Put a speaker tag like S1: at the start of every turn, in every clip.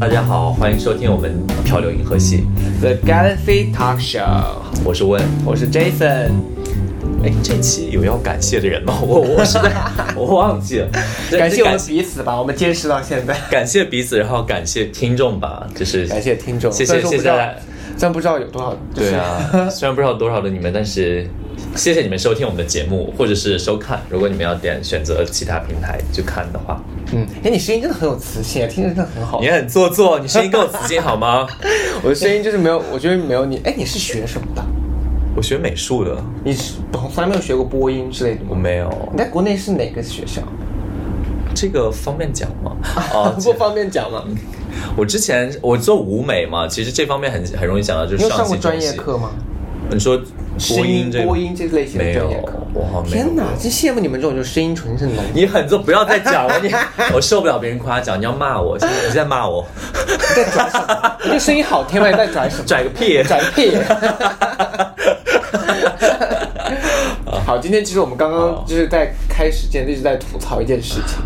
S1: 大家好，欢迎收听我们漂流银河系，
S2: The Galaxy Talk Show，
S1: 我是问。
S2: 我是 Jason。
S1: 哎，这期有要感谢的人吗？ 我我实在 我忘记了，
S2: 感谢我
S1: 感
S2: 们彼此吧，我们坚持到现在。
S1: 感谢彼此，然后感谢听众吧，就是
S2: 感谢听众，
S1: 谢
S2: 虽
S1: 谢
S2: 然说
S1: 谢
S2: 不
S1: 谢
S2: 知道
S1: 大家。
S2: 虽然不知道有多少，就是
S1: 对啊，虽然不知道多少的你们，但是谢谢你们收听我们的节目，或者是收看。如果你们要点选择其他平台去看的话，
S2: 嗯，哎，你声音真的很有磁性，听着真的很好
S1: 你。很做作，你声音够磁性 好吗？
S2: 我的声音就是没有，我觉得没有你。哎，你是学什么的？
S1: 我学美术的，
S2: 你是从从来没有学过播音之类的
S1: 我
S2: 吗？
S1: 没有
S2: 你在国内是哪个学校？
S1: 这个方便讲 吗？哦
S2: 不方便讲嘛。
S1: 我之前我做舞美嘛，其实这方面很很容易讲到，就
S2: 你
S1: 是
S2: 有上过
S1: 新
S2: 专
S1: 东
S2: 业
S1: 西。
S2: 课吗？
S1: 你说播
S2: 声
S1: 音
S2: 音
S1: 这个
S2: 播音这类型的专业课
S1: 没有我好像。没有
S2: 天哪，真羡慕你们这种就声音纯正的。
S1: 你很做，不要再讲了，你 我受不了别人夸奖，你要骂我，现在你在骂我，
S2: 在拽什么？ 我这声音好听吗？你在拽什么？
S1: 拽个 屁！
S2: 拽屁！好，今天其实我们刚刚就是在开始之前一直在吐槽一件事情，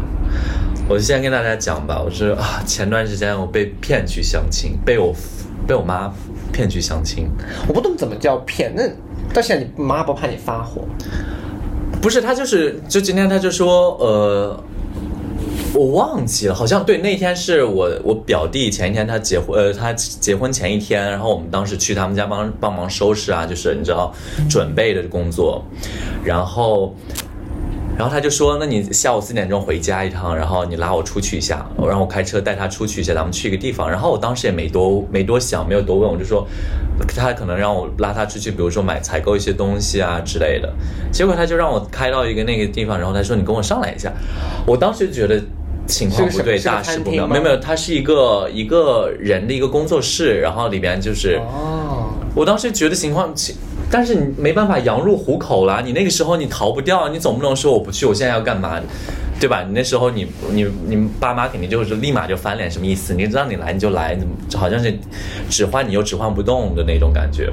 S1: 我先跟大家讲吧，我是啊，前段时间我被骗去相亲，被我被我妈骗去相亲，
S2: 我不懂怎么叫骗，那但是你妈不怕你发火？
S1: 不是她就是就今天她就说呃。我忘记了，好像对那天是我我表弟前一天他结婚，呃，他结婚前一天，然后我们当时去他们家帮帮忙收拾啊，就是你知道准备的工作，然后然后他就说，那你下午四点钟回家一趟，然后你拉我出去一下，我让我开车带他出去一下，咱们去一个地方。然后我当时也没多没多想，没有多问，我就说他可能让我拉他出去，比如说买采购一些东西啊之类的。结果他就让我开到一个那个地方，然后他说你跟我上来一下。我当时觉得。情况不对，
S2: 是个什么
S1: 大事不
S2: 是个餐厅
S1: 妙。
S2: 吗
S1: 没有没有，它是一个一个人的一个工作室，然后里边就是
S2: 哦，
S1: 我当时觉得情况，其但是你没办法羊入虎口啦，你那个时候你逃不掉，你总不能说我不去，我现在要干嘛，对吧？你那时候你你你爸妈肯定就是立马就翻脸，什么意思？你让你来你就来，你怎么好像是只换你又只换不动的那种感觉。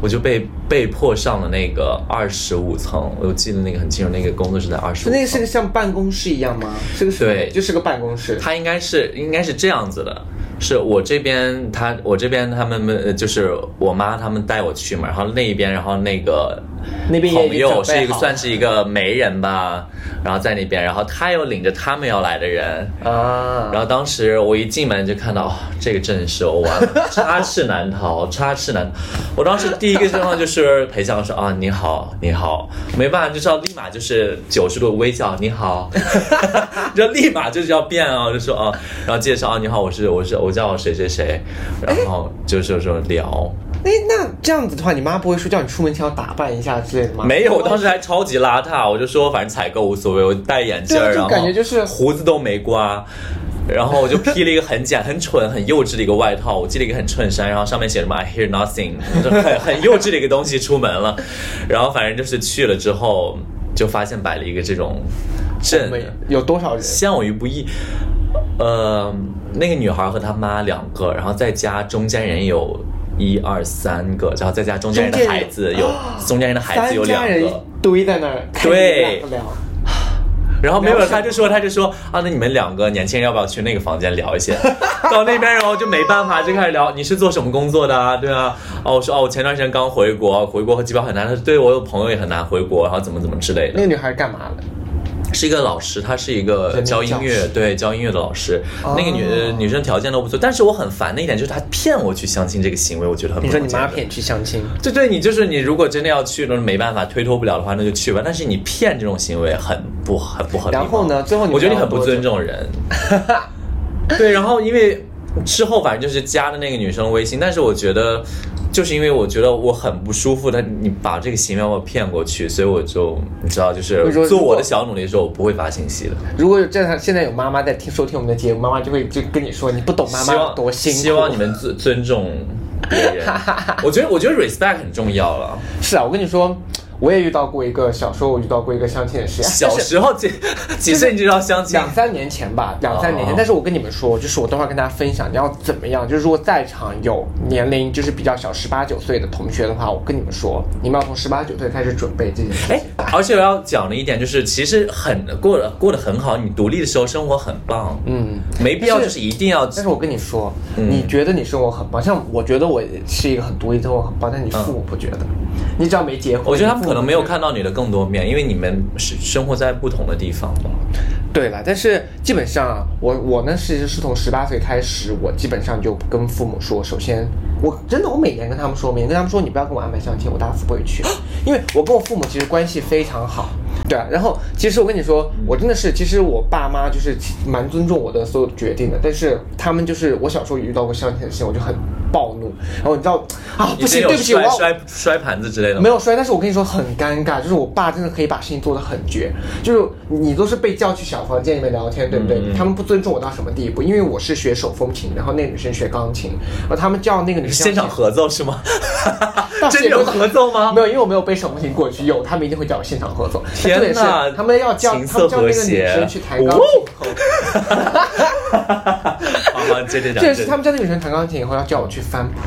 S1: 我就被被迫上了那个二十五层，我记得那个很清楚，那个工作室在二十
S2: 就
S1: 五。
S2: 那个是个像办公室一样吗？是个
S1: 对
S2: 就是个办公室。
S1: 他应该是应该是这样子的，是我这边他我这边他们们呃就是我妈他们带我去嘛，然后那一边然后那个
S2: 那边也已
S1: 朋
S2: 经准备好
S1: 友是一个算是一个媒人吧，然后在那边，然后他又领着他们要来的人。
S2: 啊，
S1: 然后当时我一进门就看到，哦、这个阵势我完了，插翅难逃，插翅难逃。我当时第一个情况就是裴翔说啊你好你好，没办法就是要立马就是九十度微笑你好， 就立马就是要变啊，就说啊，然后介绍啊你好我是我是我叫谁谁谁，然后就是说聊，
S2: 哎，那这样子的话，你妈不会说叫你出门前要打扮一下之类的吗？
S1: 没有，我当时还超级邋遢，我就说反正采购无所谓，我戴眼镜儿，
S2: 对啊就
S1: 然后
S2: 感觉就是
S1: 胡子都没刮。然后我就披了一个很简、很蠢、很幼稚的一个外套，我系了一个很衬衫，然后上面写什么 “I hear nothing”，就很 很幼稚的一个东西出门了。然后反正就是去了之后，就发现摆了一个这种
S2: 我
S1: 阵，
S2: 们有多少人？
S1: 陷我于不义。呃，那个女孩和她妈两个，然后再加中间人有一二三个，然后再加中间人的孩子有中间人的孩子有
S2: 三
S1: 两
S2: 家人
S1: 个，
S2: 堆在那儿，看你们
S1: 对
S2: 两个聊。
S1: 然后没有，他就说他就说啊，那你们两个年轻人要不要去那个房间聊一 些？到那边然后就没办法，就开始聊你是做什么工作的啊？对啊，哦我说哦我前段时间刚回国，回国和机票很难，他说对我有朋友也很难回国，然后怎么怎么之类的
S2: 那。个女孩干嘛了？
S1: 是一个老师，他是一个
S2: 人民
S1: 教音
S2: 教
S1: 乐，
S2: 师
S1: 对教音乐的老师。
S2: 哦
S1: 那个女女生条件都不错，但是我很烦的一点就是她骗我去相亲这个行为，我觉得很不
S2: 你说你
S1: 能接
S2: 妈
S1: 受？
S2: 骗你去相亲，
S1: 对对，你就是你，如果真的要去，那没办法，推脱不了的话，那就去吧。但是你骗这种行为很不很不合理。
S2: 然后呢最后你
S1: 我觉得你
S2: 们
S1: 很不
S2: 聊了多
S1: 尊
S2: 久
S1: 重 人。对，然后因为之后反正就是加了那个女生微信，但是我觉得就是因为我觉得我很不舒服，她你把这个行为我骗过去，所以我就你知道，就
S2: 我说
S1: 是
S2: 如
S1: 做
S2: 果
S1: 我的小努力的时候，我不会发信息的。
S2: 如果有这样，现在有妈妈在听收听我们的节目，妈妈就会就跟你说，你不懂妈
S1: 希
S2: 妈有
S1: 望
S2: 多辛苦。
S1: 希望你们尊 尊重别人。我觉得我觉得 respect 很重要了。
S2: 是啊，我跟你说，我也遇到过一个，小时候我遇到过一个相亲的事，
S1: 小
S2: 但是
S1: 时候几几岁你就要相亲
S2: 两？三年前吧，两三年前。
S1: 哦
S2: 但是我跟你们说，就是我等会儿跟大家分享，你要怎么样？就是如果在场有年龄就是比较小十八九岁的同学的话，我跟你们说，你们要从十八九岁开始准备这件事
S1: 哎
S2: 情。，
S1: 而且我要讲的一点就是，其实很过得过得很好，你独立的时候生活很棒，
S2: 嗯，
S1: 没必要
S2: 但
S1: 就是是一定要
S2: 但是我跟你说，
S1: 嗯
S2: 你觉得你生活很棒，像我觉得我是一个很独立、生活很棒，但你父母不觉得。你只要没结婚，
S1: 嗯我觉得他
S2: 你
S1: 们
S2: 父母
S1: 可能
S2: 不
S1: 没
S2: 觉
S1: 有
S2: 得
S1: 看到你的更多面，因为你们是生活在不同的地方嘛。
S2: 对了，但是基本上啊我我呢是是从十八岁开始，我基本上就跟父母说，首先我真的我每年跟他们说，每年跟他们说你不要跟我安排相亲，我打死不会去，因为我跟我父母其实关系非常好。对啊，然后其实我跟你说，我真的是，其实我爸妈就是蛮尊重我的所有决定的，但是他们就是我小时候也遇到过相亲的事情，我就很暴怒，然后你知道啊，不
S1: 你之前
S2: 行，
S1: 有
S2: 对不起，我
S1: 摔
S2: 要
S1: 摔摔盘子之类的
S2: 没
S1: 吗？
S2: 有摔，但是我跟你说很尴尬，就是我爸真的可以把事情做得很绝，就是你都是被叫去小房间里面聊天，对不
S1: 嗯
S2: 对？他们不尊重我到什么地步？因为我是学手风琴，然后那个女生学钢琴，而他们叫那个女生
S1: 现场
S2: 钢琴
S1: 合奏是吗？
S2: 倒是
S1: 真
S2: 也
S1: 的
S2: 不
S1: 有
S2: 是
S1: 合奏吗？
S2: 没有，因为我没有背手风琴过去，有他们一定会叫我现场合奏。
S1: 天
S2: 但重点是
S1: 哪
S2: 他们要叫
S1: 琴
S2: 他
S1: 瑟
S2: 们叫那
S1: 和
S2: 个
S1: 谐
S2: 女生去弹钢
S1: 哦
S2: 琴后。
S1: 好好，接着讲。
S2: 这也是
S1: 接着
S2: 他们叫那个女生弹钢琴以后要叫我去翻谱，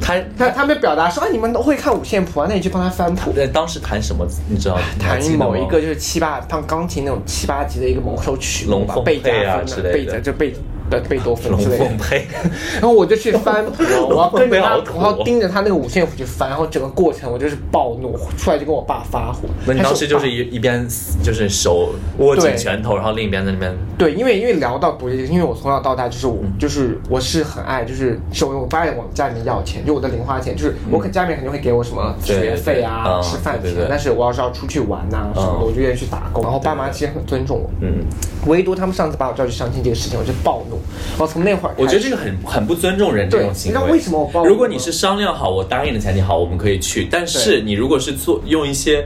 S1: 弹
S2: 他他们表达说啊你们都会看五线谱啊，那你去帮他翻谱。
S1: 呃，当时弹什么？你知道？
S2: 弹
S1: 你还记得
S2: 某一
S1: 吗
S2: 个就是七八，像钢琴那种七八级的一个某首曲目
S1: 龙
S2: 吧
S1: 凤，
S2: 贝加
S1: 配
S2: 芬
S1: 啊之类的
S2: 贝加就贝的贝多芬
S1: 龙
S2: 之类的
S1: 凤。配，
S2: 然后我就去翻谱，我要跟着他，
S1: 龙凤配好土哦
S2: 我要盯着他那个五线谱去翻，然后整个过程我就是暴怒，出来就跟我爸发火。
S1: 那你
S2: 但
S1: 当时就
S2: 我爸
S1: 是一一边就是手握紧
S2: 对
S1: 拳头，然后另一边在那边
S2: 对，因为因为聊到独立，因为我从小到大就是我
S1: 嗯
S2: 就是我是很爱，就是首先我不爱往家里面要钱，就我的零花钱，就是我可家里面肯定会给我什么
S1: 嗯对
S2: 学
S1: 对
S2: 费啊、
S1: 对嗯
S2: 吃饭
S1: 对
S2: 钱，
S1: 对对
S2: 但是我要是要出去玩呐、什么的，
S1: 嗯
S2: 我就愿意去打工。然后爸妈其实很尊重我，
S1: 嗯。
S2: 唯独他们上次把我叫去相亲这个事情，我就暴怒。然后从那会儿开始，
S1: 我觉得这个很很不尊重人这
S2: 对
S1: 种行为。
S2: 你知道为什么我包容
S1: 如果
S2: 吗
S1: 你是商量好，我答应的前提好，我们可以去。但是
S2: 对
S1: 你如果是做用一些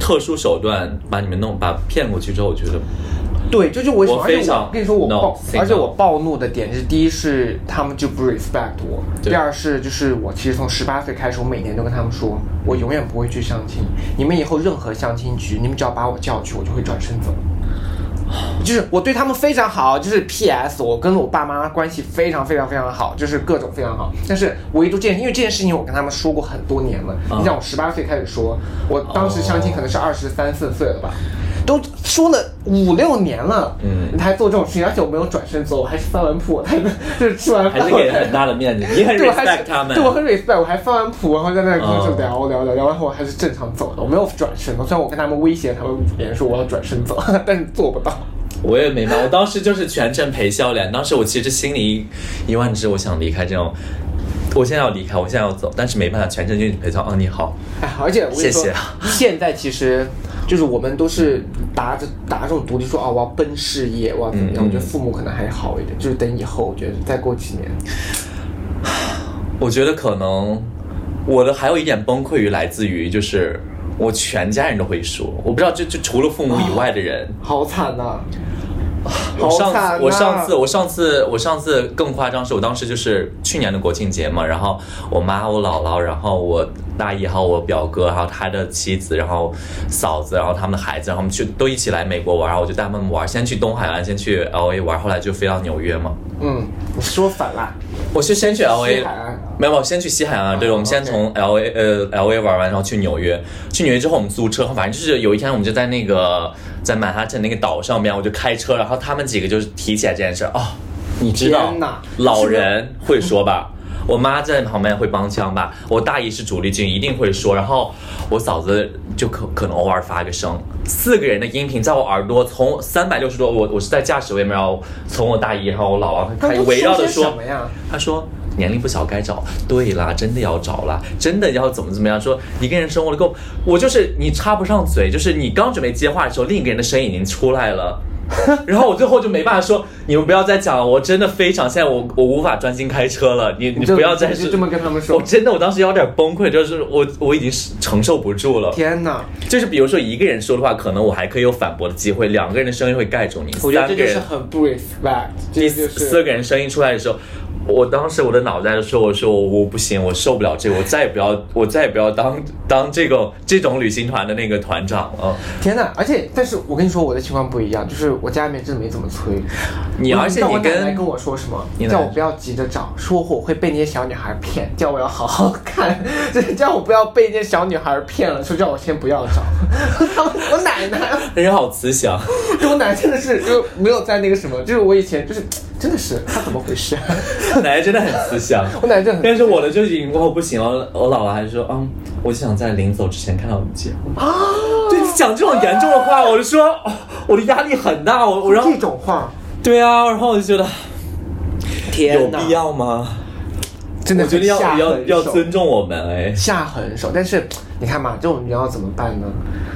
S1: 特殊手段把你们弄把骗过去之后，我觉得
S2: 对，就是我
S1: 我非常
S2: 而且我跟你说我
S1: no，
S2: 暴
S1: say，no
S2: 而且我暴怒的点是，第一是他们就不 respect 我，
S1: 对
S2: 第二是就是我其实从十八岁开始，我每年都跟他们说，我永远不会去相亲，你们以后任何相亲局，你们只要把我叫去，我就会转身走。就是我对他们非常好，就是 P.S. 我跟我爸妈关系非常非常非常好，就是各种非常好。但是唯独这件，因为这件事情我跟他们说过很多年了。
S1: 啊
S2: 你想，我十八岁开始说，我当时相亲可能是二十三四岁了吧，都说了五六年了，
S1: 嗯
S2: 嗯，还做这种事情，而且我没有转身走，我还是翻完谱，我还就是 吃完
S1: 还
S2: 饭
S1: 是给人很大的面子。你很
S2: 对，我还是
S1: respect 他们，
S2: 对我很 respect，我还翻完谱，然后在那里跟
S1: 嗯
S2: 就聊聊聊聊，然后我还是正常走的，我没有转身的。虽然我跟他们威胁他们别人说我要转身走， 但是做不到。
S1: 我也没办，我当时就是全程陪笑脸。当时我其实心里一万只我想离开这种，我现在要离开，我现在要走，但是没办法，全程就是陪笑。哦，你好，
S2: 哎，而且我跟你说，
S1: 谢谢啊
S2: 现在其实就是我们都是打着打着这种独立说，哦，我要奔事业，我要怎么样？
S1: 嗯嗯
S2: 我觉得父母可能还好一点，就是等以后，我觉得再过几年，
S1: 我觉得可能我的还有一点崩溃于来自于就是我全家人都会说，我不知道就就除了父母以外的人。
S2: 好惨呐、
S1: 我
S2: 啊好
S1: 上
S2: 惨呐、
S1: 次，我上次，我上次，我上次更夸张，是我当时就是去年的国庆节嘛，然后我妈、我姥姥，然后我大姨，还有我表哥，然后他的妻子，然后嫂子，然后他们的孩子，然后我们去都一起来美国玩，然后我就带他们玩，先去东海岸，先去 L A 玩，后来就飞到纽约嘛。
S2: 嗯，你说反啦，
S1: 我是先去 L
S2: 西
S1: A，
S2: 海岸
S1: 没有，没有先去西海岸。啊对，
S2: 哦
S1: 我们先
S2: OK
S1: 从 L A 呃 L A 玩完，然后去纽约。去纽约之后，我们租车，反正就是有一天我们就在那个在曼哈顿那个岛上面，我就开车，然后他们几个就是提起来这件事儿哦，你知道
S2: 天哪，
S1: 老人会说吧。 我妈在旁边会帮腔吧，我大姨是主力军，一定会说。然后我嫂子就可可能偶尔发个声，四个人的音频在我耳朵从三百六十度，我我是在驾驶位嘛，然后从我大姨，然后我姥姥，她
S2: 他们
S1: 围绕着
S2: 些
S1: 说
S2: 什么呀？
S1: 他说年龄不小该找，对啦，真的要找啦，真的要怎么怎么样？说一个人生活的够，我就是你插不上嘴，就是你刚准备接话的时候，另一个人的声音已经出来了。 然后我最后就没办法说，你们不要再讲了，我真的非常现在我我无法专心开车了，你你
S2: 就
S1: 不要再
S2: 你就这么跟他们说
S1: 我真的我当时有点崩溃，就是我我已经是承受不住了。
S2: 天哪！
S1: 就是比如说一个人说的话，可能我还可以有反驳的机会，两个人的声音会盖住你，
S2: 我觉得
S1: 三
S2: 这
S1: 个人
S2: 就是很不 respect，
S1: 第
S2: 这
S1: 四
S2: 就
S1: 四
S2: 是
S1: 个人声音出来的时候，我当时我的脑袋就说，我说我我不行，我受不了这个，我再也不要，我再也不要当当这个这种旅行团的那个团长了。
S2: 天哪！而且，但是我跟你说，我的情况不一样，就是我家里面真的没怎么催
S1: 你而且
S2: 嗯但我
S1: 你跟
S2: 奶奶跟我说什么
S1: 你，奶奶
S2: 叫我不要急着找，说我会被那些小女孩骗，叫我要好好看， 就是叫我不要被那些小女孩骗了，说叫我先不要找。 他们我奶奶，
S1: 人好慈祥，
S2: 我奶奶真的是就没有在那个什么，就是我以前就是真的是她怎么回事、啊？
S1: 奶奶真的很慈祥。
S2: 我奶奶真的很
S1: 但是我的就已经哦不行了，我姥姥还说，嗯，我就想在临走之前看到你结婚。啊，对你讲这种严重的话，我就说，哦我的压力很大，我我让
S2: 这种话，
S1: 对啊，然后我就觉得有
S2: 天哪，
S1: 必要吗？
S2: 真的
S1: 我觉得要
S2: 下
S1: 要
S2: 狠
S1: 要
S2: 手
S1: 尊重我们哎。
S2: 下狠手，但是你看嘛，这种你要怎么办呢？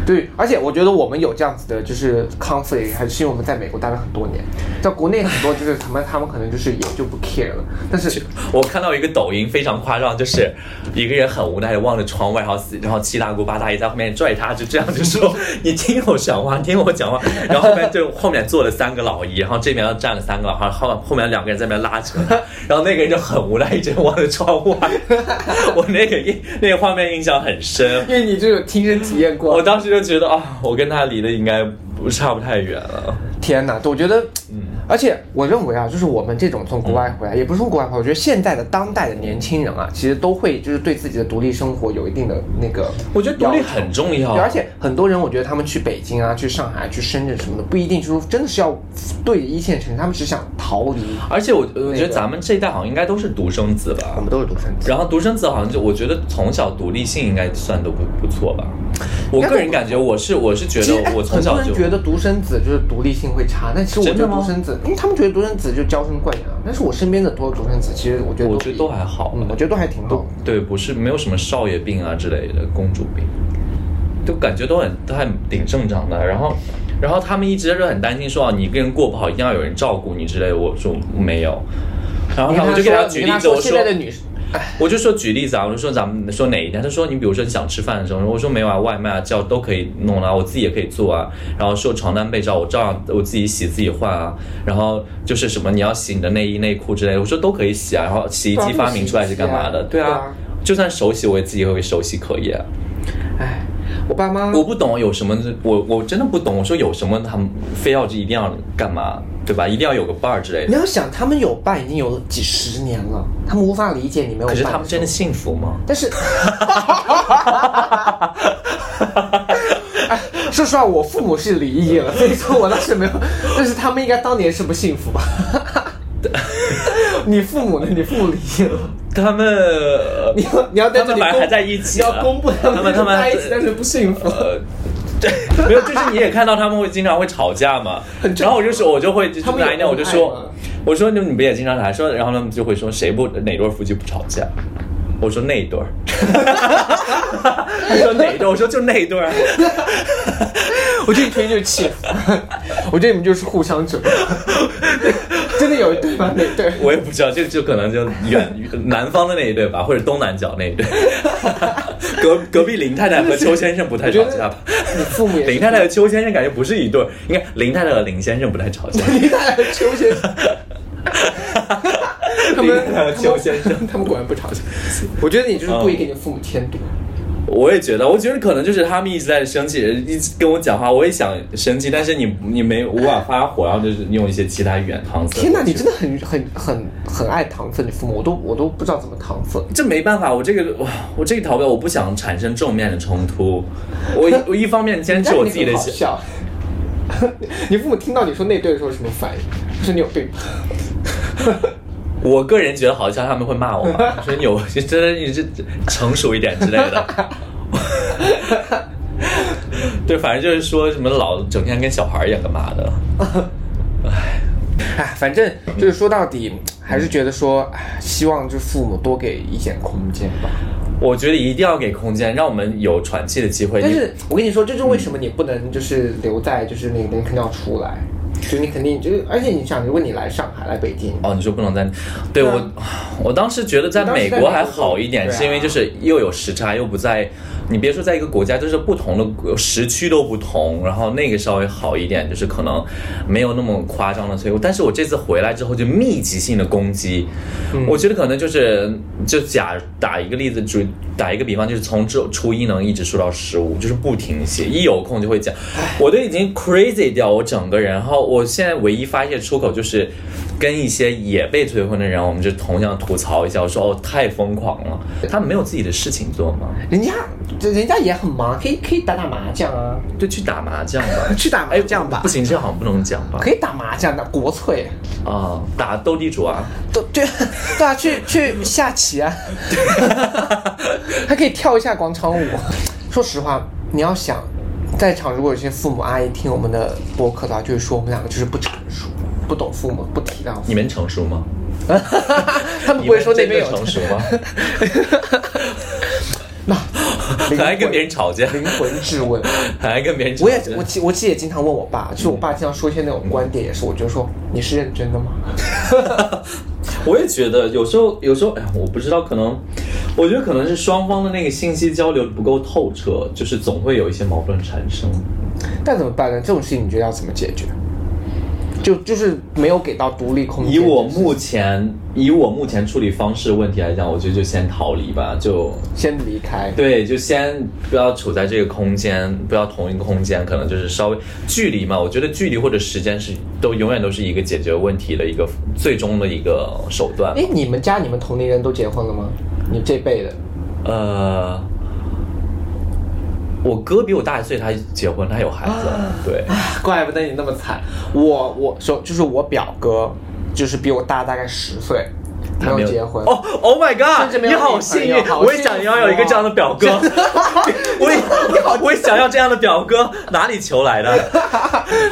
S2: 对，而且我觉得我们有这样子的，就是 conflict，还是因为我们在美国待了很多年，在国内很多就是他们他们可能就是也就不 care 了，但是
S1: 我看到一个抖音非常夸张，就是一个人很无奈的望着窗外，然后然后七大姑八大姨在后面拽他，就这样就说你听我讲话，听我 讲话。然后后面就后面坐了三个老姨，然后这边站了三个老，然后后面两个人在那边拉扯，然后那个人就很无奈，一直望着窗外。我 那个印那个画面印象很深，
S2: 因为你就有亲身体验
S1: 我
S2: 过，
S1: 当时就觉得啊，我跟他离得应该不差不太远了。
S2: 天哪，我觉得，而且我认为啊，就是我们这种从国外回来，也不是从国外回来，我觉得现在的当代的年轻人啊，其实都会就是对自己的独立生活有一定的那个，
S1: 我觉得独立很重要，
S2: 对，而且很多人，我觉得他们去北京啊、去上海、去深圳什么的，不一定就是真的是要对一线城市，他们只想逃离。
S1: 而且我我觉
S2: 那
S1: 得
S2: 个
S1: 咱们这一代好像应该都是独生子吧
S2: 我。们都是独生子，
S1: 然后独生子好像就，我觉得从小独立性应该算都不不错吧。我个人感觉，我是我是觉
S2: 其实哎
S1: 得我从小
S2: 很
S1: 就
S2: 多人觉得独生子就是独立性会差，但其实我觉得
S1: 真的吗
S2: 独生子，因为他们觉得独生子就娇生惯养，但是我身边的多独生子，其实我觉得
S1: 我觉得都
S2: 比
S1: 还好哎
S2: 嗯，我觉得都还挺好的。
S1: 对，不是没有什么少爷病啊之类的公主病，就感觉都很都还挺正常的。然后然后他们一直就很担心说啊，你一个人过不好，一定要有人照顾你之类的。我说没有。然后
S2: 你跟
S1: 我就给
S2: 说
S1: 他举
S2: 你
S1: 例
S2: 跟他
S1: 子，
S2: 说
S1: 我
S2: 现
S1: 说
S2: 在的女生，哎，
S1: 我就说举例子啊，我就说咱们说哪一天，他说你比如说你想吃饭的时候，我说没有啊，外卖啊叫都可以弄啊，我自己也可以做啊。然后说床单被罩，我照样我自己洗自己换啊。然后就是什么你要洗你的内衣内裤之类的，我说都可以洗啊。然后洗衣机发明出来是干嘛的？对
S2: 对啊
S1: 啊，就算手洗我也自己会手洗可以啊。
S2: 哎，我爸妈，
S1: 我不懂有什么，我我真的不懂。我说有什么他们非要一定要干嘛，对吧？一定要有个伴儿之类
S2: 你
S1: 的。
S2: 要想他们有伴已经有几十年了，他们无法理解你没有
S1: 可
S2: 伴。
S1: 是他们真的幸福吗？
S2: 但是， 哎，说实话，我父母是离异了，所以说我当时没有，但是他们应该当年是不幸福吧？ 你父母呢？你父母离异了，
S1: 他们呃
S2: 你要你要在这
S1: 他们
S2: 里
S1: 本来
S2: 公
S1: 还在一起
S2: 你要公布他
S1: 他们
S2: 们
S1: 他们
S2: 在一起，但是不幸福。
S1: 呃，对，没有，就是你也看到他们会经常会吵架 嘛。然后我就说，我就会就
S2: 他们有
S1: 哪一天我就
S2: 恩爱吗
S1: 说，我说你们不也经常吵说，然后他们就会说谁不哪对夫妻不吵架？我说那一对儿，他说哪一对儿？我说就那一对儿。
S2: 我觉得你天就是气，我觉得你们就是互相折磨。 真的有一对吗？哪对？
S1: 我也不知道，这个就可能就远南方的那一对吧，或者东南角那一对。 隔隔壁林太太和邱先生不太吵架吧？
S2: 你父母也是
S1: 林太太和邱先生感觉不是一对儿，应该林太太和林先生不太吵架。
S2: 你看邱先 生，他
S1: 林
S2: 们
S1: 太太和邱先生。
S2: 他们果然不吵架。我觉得你就是故意给你父母添堵。
S1: 我也觉得，我觉得可能就是他们一直在生气，一直跟我讲话，我也想生气，但是你你没无法发火，然后就是用一些其他语言搪塞。
S2: 天哪，你真的很很很很爱搪塞你父母，我都我都不知道怎么搪塞。
S1: 这没办法，我这个哇，我这个逃标，我不想产生正面的冲突。我 一我一方面坚持我自己的
S2: 但是你很好笑。 你父母听到你说那对的时候有什么反应？就是你有病吧？
S1: 我个人觉得好像他们会骂我吧， 说你有真的你这成熟一点之类的。 对，反正就是说什么老整天跟小孩儿一样干嘛的。
S2: 哎，反正就是说到底，还是觉得说，哎希望就是父母多给一点空间吧。
S1: 我觉得一定要给空间，让我们有喘气的机会。
S2: 但是我跟你说，这就是为什么你不能就是留在就是那边，肯定要出来，就是你肯定就是，而且你想，如果你来上海来北京，
S1: 哦，你说不能在，对
S2: 对啊
S1: 嗯 我，我当时觉得在美国还好一点，啊
S2: 你当时在
S1: 是
S2: 美国
S1: 因为就是又有时差，又不在你别说在一个国家，就是不同的时区都不同，然后那个稍微好一点，就是可能没有那么夸张的催婚。但是我这次回来之后就密集性的攻击，我觉得可能就是就假打一个例子，主打一个比方，就是从初初一能一直说到十五，就是不停歇，一有空就会讲，我都已经 crazy 掉我整个人。然后我现在唯一发泄出口就是跟一些也被催婚的人，我们就同样吐槽一下，我说哦太疯狂了，他们没有自己的事情做吗？
S2: 人家人家也很忙，可以可以打打麻将啊，。
S1: 就去打麻将吧 哎
S2: 去打麻将吧
S1: 不行，这好像不能讲吧
S2: 可？以打麻将的，国粹。
S1: 啊，打斗地主啊，
S2: 对对对啊，去去下棋啊，还可以跳一下广场舞。说实话，你要想，在场如果有些父母阿姨听我们的播客的话，就会说我们两个就是不成熟，不懂父母，不体谅父
S1: 你
S2: 母。
S1: 们成熟 吗？
S2: 他们不会说那边
S1: 你
S2: 有
S1: 们真的成熟 吗？
S2: 那
S1: 很爱跟别人吵架，
S2: 灵魂质问。
S1: 很爱跟别人吵
S2: 我
S1: 架
S2: 也。我其我其实也经常问我爸，就是我爸经常说一些那种观点，也是我就说你是认真的吗？
S1: 我也觉得有时候，有时候，哎呀，我不知道，可能，我觉得可能是双方的那个信息交流不够透彻，就是总会有一些矛盾产生。
S2: 但怎么办呢？这种事情你觉得要怎么解决？就就是没有给到独立空间。
S1: 以我目前以我目前处理方式问题来讲，我觉得就先逃离吧，就
S2: 先离开。
S1: 对，就先不要处在这个空间，不要同一个空间，可能就是稍微距离嘛。我觉得距离或者时间是都永远都是一个解决问题的一个最终的一个手段。
S2: 哎，你们家你们同龄人都结婚了吗？你这辈的，
S1: 呃，我哥比我大一岁，他结婚，他有孩子，对，
S2: 怪不得你那么惨。我我说就是我表哥，就是比我大大概十岁，没
S1: 他
S2: 有
S1: 没有
S2: 结婚。
S1: 哦，Oh my
S2: 甚至
S1: god！
S2: 没
S1: 你
S2: 有
S1: 好
S2: 女朋
S1: 幸
S2: 友
S1: 运，
S2: 好
S1: 我也
S2: 幸
S1: 想要有一个
S2: 福哦
S1: 这样的表 哥，我也我也想要这样的表哥，哪里求来的？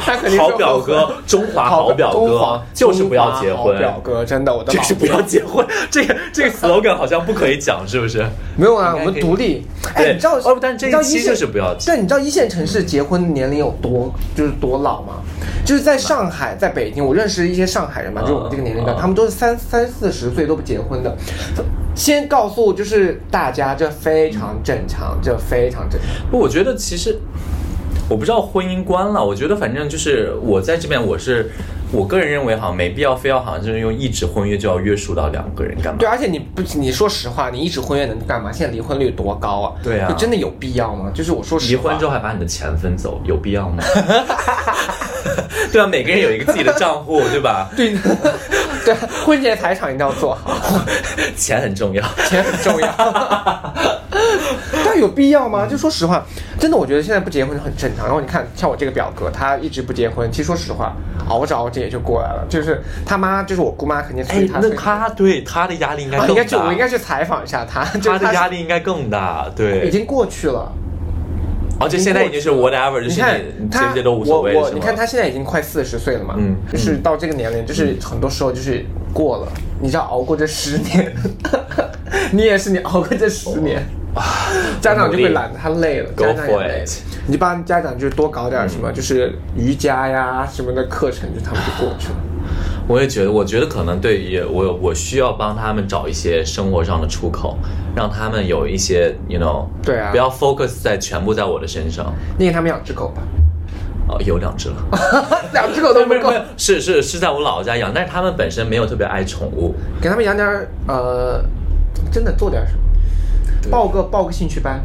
S2: 他哎肯定是
S1: 好表哥，中华好表
S2: 中
S1: 哥
S2: 华，
S1: 就是不要结
S2: 中华好
S1: 婚，
S2: 表哥真的，我的
S1: 就
S2: 老
S1: 是不要结婚。这个这个 slogan 好像不可以讲，是不是？
S2: 没有啊，
S1: 应
S2: 我
S1: 该
S2: 们
S1: 可以
S2: 独立。哎，
S1: 对
S2: 你知道，
S1: 哦但
S2: 你
S1: 这一
S2: 知道
S1: 期
S2: 线
S1: 就是不要
S2: 但你知道一线城市结婚年龄有多就是多老吗？就是在上海，在北京，我认识一些上海人嘛，就是我们这个年龄
S1: 嗯
S2: 段，
S1: 嗯
S2: 他们都是三三四十岁都不结婚的。先告诉就是大家，这非常正常，这非常正常。
S1: 不，我觉得其实我不知道婚姻观了，我觉得反正就是我在这边，我是我个人认为好像没必要非要好像就是用一纸婚约就要约束到两个人干嘛
S2: 对，？而且你不，你说实话，你一纸婚约能干嘛？现在离婚率多高啊？
S1: 对啊
S2: 就真的有必要吗？就是我说实
S1: 离
S2: 话，
S1: 婚之后还把你的钱分走，有必要吗？对啊，每个人有一个自己的账户，对吧？
S2: 对， 对，婚前财产一定要做好。
S1: 钱很重要。
S2: 钱很重要，但有必要吗？就说实话，真的，我觉得现在不结婚很正常。然后你看，像我这个表哥，他一直不结婚，其实说实话，熬着熬着也就过来了。就是他妈，就是我姑妈，肯定催
S1: 哎，
S2: 他。
S1: 那
S2: 催
S1: 他对他的压力应该
S2: 啊应
S1: 更
S2: 该去，
S1: 大，
S2: 我应该去采访一下他。就
S1: 他
S2: 是
S1: 的
S2: 是
S1: 压力应该更大，对
S2: 已。经过去了。
S1: 而且哦现在已经是 whatever，就是
S2: 你看
S1: 你接
S2: 他，
S1: 不接都无
S2: 我
S1: 所谓，
S2: 我，
S1: 是
S2: 你
S1: 吗
S2: 看他现在已经快四十岁了嘛，
S1: 嗯
S2: 就是到这个年龄，就是很多时候就是过了，你知道熬过这十年， 你也是你熬过这十年，家长就会懒得他累了，
S1: 哦啊 Go
S2: 家长也
S1: for
S2: 累
S1: it，嗯
S2: 你就帮家长就多搞点什么，就是瑜伽呀什么的课程，就他们就过去 了。
S1: 我也觉得，我觉得可能对也我我需要帮他们找一些生活上的出口，让他们有一些 you know，
S2: 对啊
S1: 不要 focus 在全部在我的身上。
S2: 你给他们养只狗吧，
S1: 哦，有两只了，
S2: 两只狗 都不够，
S1: 是是是在我姥姥家养，但是他们本身没有特别爱宠物。
S2: 给他们养点儿呃，真的做点什么，报个报个兴趣班。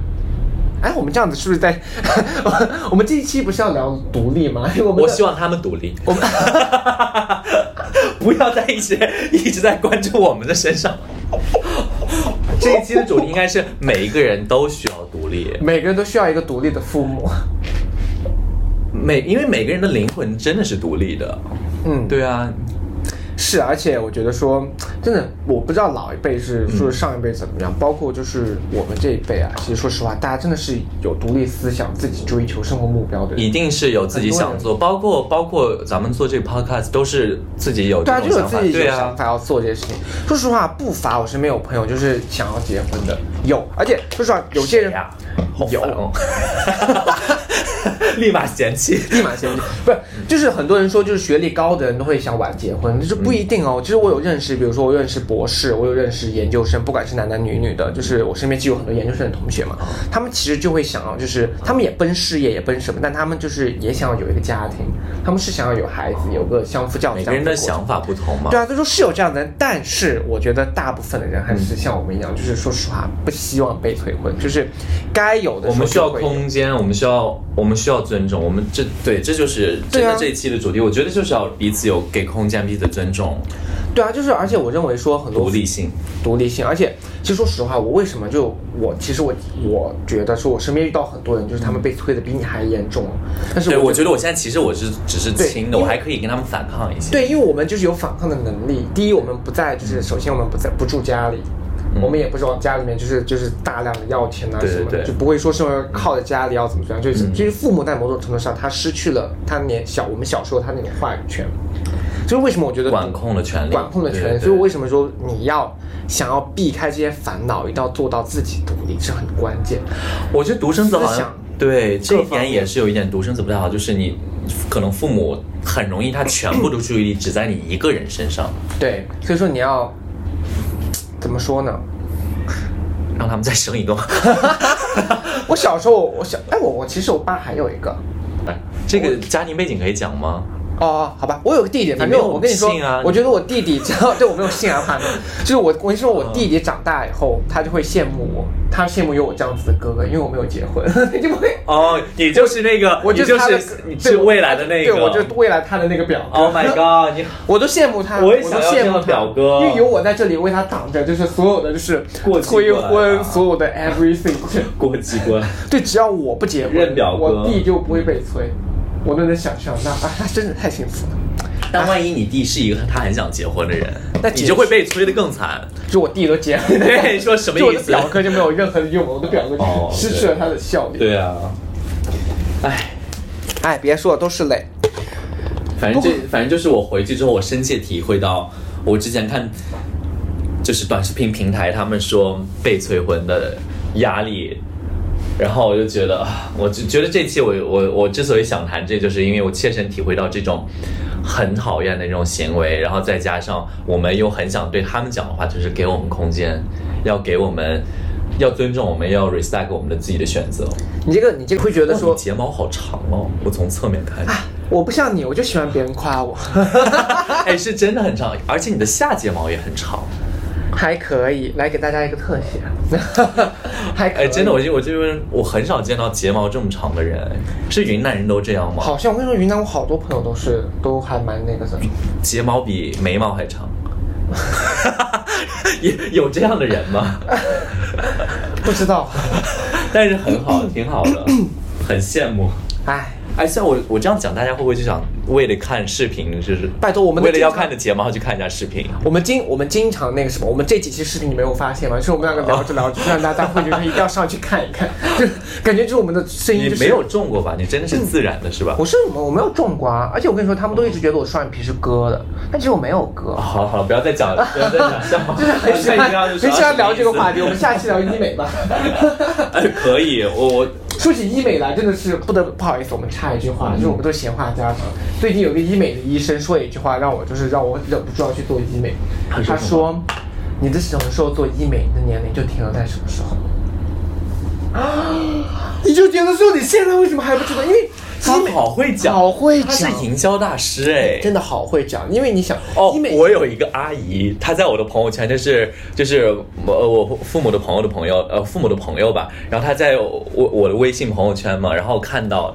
S2: 哎，我们这样子是不是在？ 我们这一期不是要聊独立吗？我们
S1: 我
S2: 的
S1: 希望他们独立，
S2: 我们
S1: 不要再一直一直在关注我们的身 上。这一期的主题应该是每一个人都需要独立，
S2: 每个人都需要一个独立的父母。
S1: 每因为每个人的灵魂真的是独立的。
S2: 嗯，
S1: 对啊，
S2: 是，而且我觉得说，真的，我不知道老一辈是
S1: 嗯
S2: 说上一辈怎么样，包括就是我们这一辈啊，其实说实话，大家真的是有独立思想、自己追求生活目标的人
S1: 一。定是有自己想做，包括包括咱们做这个 podcast 都是自己有
S2: 对啊，
S1: 这
S2: 就
S1: 种
S2: 有
S1: 想法，
S2: 自己有
S1: 对
S2: 想
S1: 啊，
S2: 法要做这些事情。说实话，不乏我身边有朋友就是想要
S1: 哎啊
S2: 结婚的，有，而且说实话，有些人
S1: 呀，好
S2: 有
S1: 烦哦。 立马嫌弃。
S2: 立马先不是，就是很多人说，就是学历高的人都会想晚结婚，就是不一定哦。其实我有认识，比如说我认识博士，我有认识研究生，不管是男男女女的，就是我身边就有很多研究生的同学
S1: 哦
S2: 嘛，他们其实就会想要，就是他们也奔事业，也奔什么，但他们就是也想要有一个家庭，他们是想要有孩子，有个相夫教子。
S1: 每个人的
S2: 相
S1: 想
S2: 夫
S1: 法不同嘛
S2: 对。啊，就说是有这样的人，但是我觉得大部分的人还是像我们一样，就是说实话，不希望被催婚，就是该有的
S1: 我们需
S2: 时候
S1: 要
S2: 就会有
S1: 空间，我们需要，我们需要尊重，我们这对，这就是真
S2: 对啊
S1: 的这一期的主题。我觉得就是要彼此有给空间，彼此尊重，
S2: 对啊，就是而且我认为说很多
S1: 独立性。
S2: 独立性，而且其实说实话，我为什么就我其实我我觉得说我身边遇到很多人，就是他们被催的比你还严重，啊但是
S1: 对，我
S2: 我
S1: 觉得我现在其实我是只是轻的，
S2: 因为
S1: 我还可以跟他们反抗一些。
S2: 对，因为我们就是有反抗的能力。第一，我们不在
S1: 嗯
S2: 就是首先我们不在不住家里。我们也不是往家里面就是就是大量的要钱啊
S1: 对对
S2: 什么的，
S1: 对嗯
S2: 就不会说是靠着家里要怎么怎么样，就是就是父母在某种程度上他失去了他年小我们小时候他那种话语权，就是为什么我觉得
S1: 管控的权利，
S2: 管控的权
S1: 对
S2: 利。
S1: 对
S2: 所以
S1: 对
S2: 为什么说你要想要避开这些烦恼，一定要做到自己独立是很关键。
S1: 我觉得独生子好
S2: 思
S1: 像
S2: 想
S1: 对这一
S2: 方
S1: 点
S2: 面
S1: 也是有一点独生子不太好，就是你可能父母很容易他全部的注意力只在你一个人身上，
S2: 对，所以说你要怎么说呢？
S1: 让他们再生一个。
S2: 我小时候，我小哎，我我其实我爸还有一个
S1: 哎这个家庭背景可以讲吗？
S2: 哦，好吧，我有个弟弟，反
S1: 没
S2: 正
S1: 有
S2: 我跟你说
S1: 姓啊，
S2: 我觉得我弟弟只要 对我没有性啊，怕就是我我跟你说，我弟弟长大以后，他就会羡慕我，他羡慕有我这样子的哥哥，因为我没有结婚， 他就会。
S1: 哦，你就是那个，
S2: 我
S1: 你
S2: 就是
S1: 就
S2: 他的
S1: 是，
S2: 对
S1: 你是未来的那个，
S2: 对，我就是未来他的那个表哥。
S1: Oh my god！你
S2: 我都羡慕他，
S1: 我
S2: 我
S1: 也想
S2: 都
S1: 要这
S2: 羡
S1: 样
S2: 慕
S1: 的
S2: 他
S1: 表哥
S2: 因为有我在这里为他挡着，就是所有的就是
S1: 过继过来
S2: 催
S1: 啊
S2: 婚，所有的 everything。
S1: 过继过来，
S2: 对，只要我不结
S1: 认
S2: 婚
S1: 表，哥
S2: 我弟就不会被催，我都能想象 到啊，真的太幸福了。
S1: 但万一你弟是一个他很想结婚的人，
S2: 那
S1: 你就会被催得更惨。
S2: 就我弟都结婚，
S1: 对你说什么意思
S2: 就我的表哥就没有任何的用，我的表哥
S1: 哦
S2: 就失去了他的效力。，
S1: 啊，哎，
S2: 哎，别说了，都是泪。
S1: 反正这反正就是我回去之后，我深切体会到我之前看就是短视频平台他们说被催婚的压力。然后我就觉得，啊我就觉得这期我我我之所以想谈这，就是因为我切身体会到这种很讨厌的这种行为，然后再加上我们又很想对他们讲的话，就是给我们空间，要给我们，要尊重我们，要 respect 我们的自己的选择。
S2: 你这个，你这个会觉得
S1: 哇
S2: 说
S1: 你，睫毛好长哦，我从侧面看，
S2: 我不像你，我就喜欢别人夸我，
S1: 哎，是真的很长，而且你的下睫毛也很长。
S2: 还可以。来给大家一个特写， 还可以。
S1: 哎，真的，我这我这边我很少见到睫毛这么长的人，是云南人都这样吗？
S2: 好像我跟你说，云南我好多朋友都是都还蛮那个什么，
S1: 睫毛比眉毛还长， 也有这样的人吗？
S2: 不知道，
S1: 但是很好，挺好的，很羡慕。
S2: 哎，
S1: 哎，像我我这样讲，大家会不会就想为了看视频，就是
S2: 拜托我们的
S1: 为了要
S2: 经常
S1: 看的睫毛去看一下视频？
S2: 我们经我们经常那个什么，我们这几期视频你没有发现吗？就是我们两个聊着聊着，就让大家会觉得一定要上去看一看， 就感觉就是我们的声音
S1: 你
S2: 就是
S1: 没有种过吧？你真的是自然的，是吧？
S2: 我是我我没有种过啊，而且我跟你说，他们都一直觉得我双眼皮是割的，但其实我没有割。
S1: 好了好了，不要再讲了，不要再讲笑话，
S2: 就是很喜欢很喜欢聊这个话题，我们
S1: 下。
S2: 下期聊医美吧。
S1: 哎， 可以，我我
S2: 说起医美来，真的是不得不好意思，我们插一句话，就是我们都闲话家常。最近有个医美的医生说了一句话，让我就是让我忍不住要去做医美。
S1: 他说什
S2: 他
S1: 么
S2: 说：“你的什么时候做医美，你的年龄就停留在什么时候。”啊！你就觉得说你现在为什么还不知道？因为医
S1: 他
S2: 美
S1: 好会讲，
S2: 好会
S1: 他是
S2: 讲
S1: 营销大师哎。
S2: 真的好会讲，因为你想
S1: 哦
S2: 医美，
S1: 我有一个阿姨，她在我的朋友圈，就是就是呃我父母的朋友的朋友，呃父母的朋友吧。然后她在我我的微信朋友圈嘛，然后看到，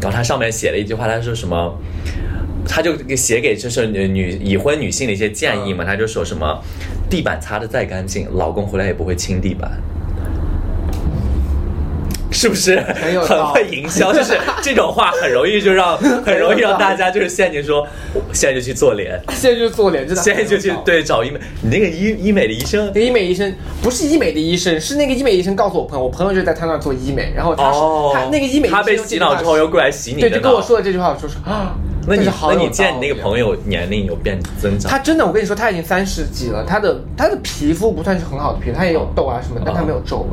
S1: 然后她上面写了一句话，她说什么？她就给写给就是女女已婚女性的一些建议嘛，她就说什么，地板擦的再干净，老公回来也不会亲地板。是不是
S2: 很有
S1: 很
S2: 道
S1: 会
S2: 理
S1: 营销？就是这种话很容易就让很容易让大家就是陷进说，我现在就去做脸，
S2: 现在就做脸，真的
S1: 现在就去
S2: 很好
S1: 对找医美，你那个医医美的医生
S2: 那个医美医生不是医美的医生，是那个医美医生告诉我朋友，我朋友就在他那儿做医美，然后他、
S1: 哦，
S2: 他那个医美医生
S1: 他被洗脑之后又过来洗你的
S2: 对，
S1: 脑，
S2: 就跟我说了这句话，我就说啊，
S1: 那
S2: 但
S1: 你
S2: 是好
S1: 那
S2: 有
S1: 你见
S2: 道
S1: 你那个
S2: 理啊
S1: 朋友年龄有变增长？
S2: 他真的，我跟你说，他已经三十几了，他的他的皮肤不算是很好的皮肤，他也有痘啊什么，但他没有皱纹。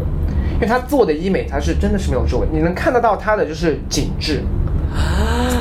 S2: 因为他做的医美，他是真的是没有皱纹，你能看得到他的就是紧致，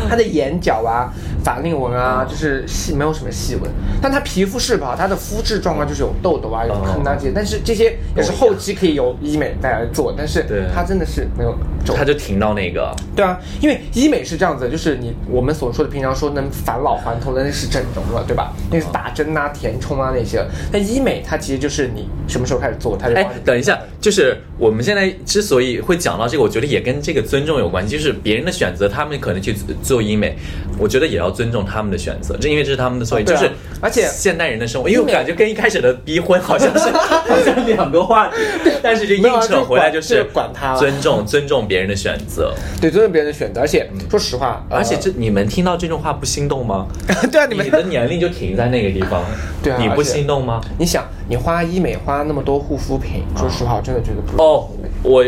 S2: 他的眼角啊、法令纹啊，就是细没有什么细纹，但他皮肤是不好，他的肤质状况就是有痘痘啊、有坑啊这些，但是这些也是后期可以由医美带来做，但是
S1: 对
S2: 他真的是没有皱纹
S1: 他。就停到那个，
S2: 对啊，因为医美是这样子的，就是你我们所说的平常说能返老还童的那是整容了，对吧？那是打针啊、填充啊那些。但医美它其实就是你什么时候开始做，它就
S1: 哎，等一下，就是我们现在之所以会讲到这个，我觉得也跟这个尊重有关系，就是别人的选择，他们可能去做医美，我觉得也要尊重他们的选择，这因为这是他们的所以、
S2: 哦对
S1: 就
S2: 啊
S1: 是
S2: 而且啊
S1: 现代人的生活，因为我
S2: 医美
S1: 感觉跟一开始的逼婚好 像是好像两个话题，但是就硬
S2: 没有啊
S1: 扯回来
S2: 就是管就管他了
S1: 尊重尊重别人的选择，
S2: 对尊重别人的选择。而且、说实话，呃
S1: 而且这你们听到这种话不心动 吗？
S2: 对啊，你们
S1: 你的年龄就停在那个地方，
S2: 对啊
S1: 你不
S2: 而且
S1: 心动吗？
S2: 你想，你花医美花那么多护肤品，说实话，我真的觉得不
S1: 哦，我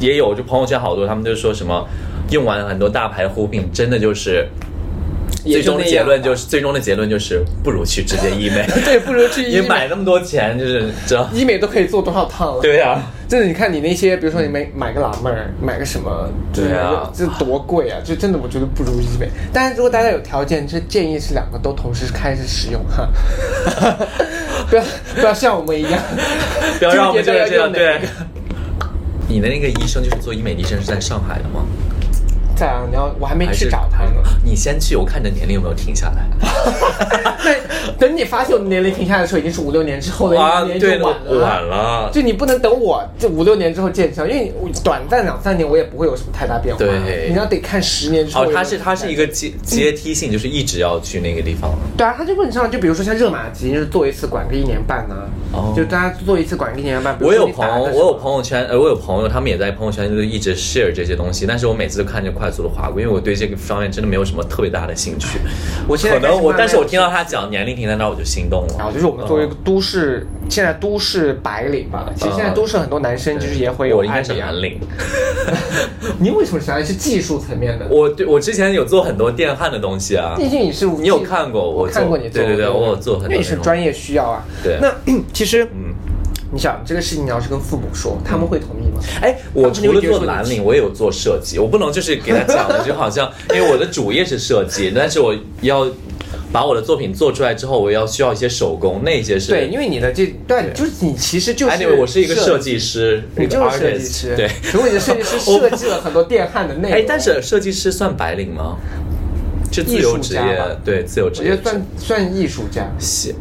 S1: 也有，就朋友圈好多，他们就说什么用完很多大牌护品，真的就是。
S2: 也
S1: 最
S2: 就
S1: 终的
S2: 那
S1: 结
S2: 样
S1: 论就
S2: 吧
S1: 是，最终的结论就是不如去直接医 美。
S2: 对，不如去
S1: 你
S2: 医美，
S1: 买那么多钱，就是知道？
S2: 医美都可以做多少趟了？
S1: 对啊呀、
S2: 真的，你看你那些，比如说你买买个辣妹儿，买个什么，就是
S1: 对啊
S2: 这多贵啊！就真的我觉得不如医美。但是如果大家有条件，这建议是两个都同时开始使用 哈，不要不要像我们一样，
S1: 不要让我们
S2: 纠
S1: 就
S2: 结
S1: 是这
S2: 到要
S1: 样。
S2: 用哪
S1: 对
S2: 个。
S1: 你的那个医生就是做医美的医生是在上海的吗？
S2: 再啊，你要我还没
S1: 还是
S2: 去找他呢。
S1: 你先去，我看你的年龄有没有停下来。
S2: 那等你发现我的年龄停下来的时候，已经是五六年之后了，
S1: 啊，
S2: 一年
S1: 对，
S2: 就
S1: 我
S2: 晚了。
S1: 晚了。
S2: 就你不能等我这五六年之后见效，因为我短暂两三年我也不会有什么太大变化。
S1: 对
S2: 你要得看十年之后
S1: 哦
S2: 有，没有
S1: 他
S2: 改变。
S1: 是他是一个阶
S2: 嗯
S1: 阶梯性，就是一直要去那个地方。
S2: 对啊，他就问上，就比如说像热玛吉，就是做一次管个一年半呢、
S1: 哦
S2: 就大家做一次管个一年半。比如
S1: 我
S2: 说
S1: 有
S2: 你
S1: 朋
S2: 打
S1: 友，
S2: 个什
S1: 我有
S2: 么
S1: 朋友圈，呃，我有朋友，他们也在朋友圈就一直 share 这些东西，但是我每次都看着快速的划过，因为我对这个方面真的没有什么特别大的兴趣。
S2: 我现在
S1: 可能
S2: 开始慢
S1: 我，
S2: 慢
S1: 但是我听到他讲年龄停在那儿，我就心动
S2: 然后
S1: 了。
S2: 就是我们作为一个
S1: 嗯
S2: 都市，现在都市白领吧，其实现在都市很多男生就是也会有
S1: 我应该是
S2: 爱美啊
S1: 蓝。领，
S2: 你为什么想要是技术层面的？
S1: 我对我之前有做很多电焊的东西啊，
S2: 毕竟你是
S1: 你有看过我
S2: 嗯我看过
S1: 做
S2: 你做的，
S1: 对对对我有做很多
S2: 因为你是
S1: 那种
S2: 专业需要啊。
S1: 对
S2: 那 其实
S1: 嗯，
S2: 你想这个事情，你要是跟父母说，他们会同意吗？
S1: 哎，我除了做
S2: 他们
S1: 蓝
S2: 就会觉得
S1: 领，我也有做设计。我不能就是给他讲 的，就好像因为我的主业是设计，但是我要把我的作品做出来之后，我要需要一些手工，那些是
S2: 对，因为你的这对，就是你其实就是
S1: anyway，我是一个设，计师，
S2: 你就
S1: 一个
S2: 是设计
S1: artist，
S2: 师，
S1: 对。
S2: 如果你的设计师
S1: 我
S2: 设计了很多电焊的内 容，
S1: 哎，但是设计师算白领吗？是自由职
S2: 艺术
S1: 业
S2: 家吧，
S1: 对，自由
S2: 我
S1: 职
S2: 觉
S1: 业
S2: 得。算算艺术家
S1: 写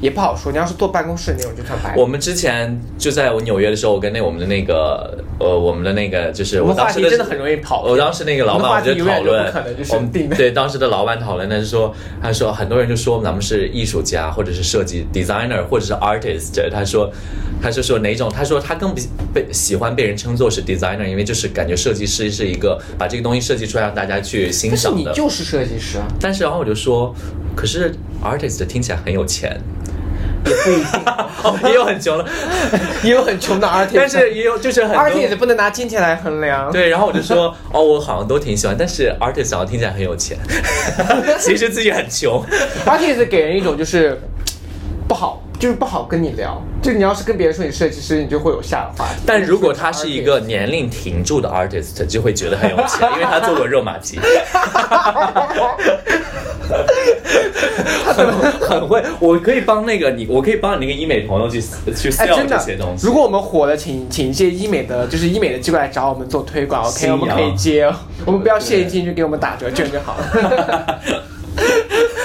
S2: 也不好说。你要是坐办公室那种，就算白领。
S1: 我们之前就在我纽约的时候，我跟那我们的那个呃，我们的那个就是
S2: 我们
S1: 当
S2: 话
S1: 时
S2: 题真的很容易跑
S1: 我当时那个老板，我
S2: 我们的
S1: 就
S2: 话题
S1: 讨
S2: 永远
S1: 论
S2: 都不可能就是，
S1: 我们
S2: 定的
S1: 对当时的老板讨论，他就说，他说很多人就说咱们是艺术家，或者是设计 designer，或者是 artist。他说，他就说哪种？他说他更不被喜欢被人称作是 designer，因为就是感觉设计师是一个把这个东西设计出来让大家去欣
S2: 但是
S1: 赏
S2: 你
S1: 的。
S2: 就是设计师啊，
S1: 但是然后我就说，可是 artist 听起来很有钱，
S2: 也不一定，
S1: 哦，也有很穷的，
S2: 也有很穷的 artist，
S1: 但是也有就是很多
S2: artist 不能拿金钱来衡量。
S1: 对，然后我就说， 哦，我好像都挺喜欢，但是 artist 好像听起来很有钱， 其实自己很穷。
S2: artist 给人一种就是不好，就是不好跟你聊。就你要是跟别人说你设计师，你就会有下话题。
S1: 但如果他是一 个年龄停住的 artist，就会觉得很有钱，因为他做过热玛 吉，很很会。我可以帮那个你，我可以帮你那个医美朋友去去
S2: 哎，
S1: sell
S2: 真
S1: 这
S2: 的
S1: 些东，西
S2: 如。果我们火了，请请一些医美的，就是医美的机构来找我们做 推广
S1: 信
S2: ，OK，我
S1: 仰
S2: 们可以接 哦，我们不要现金就给我们打折券就好了。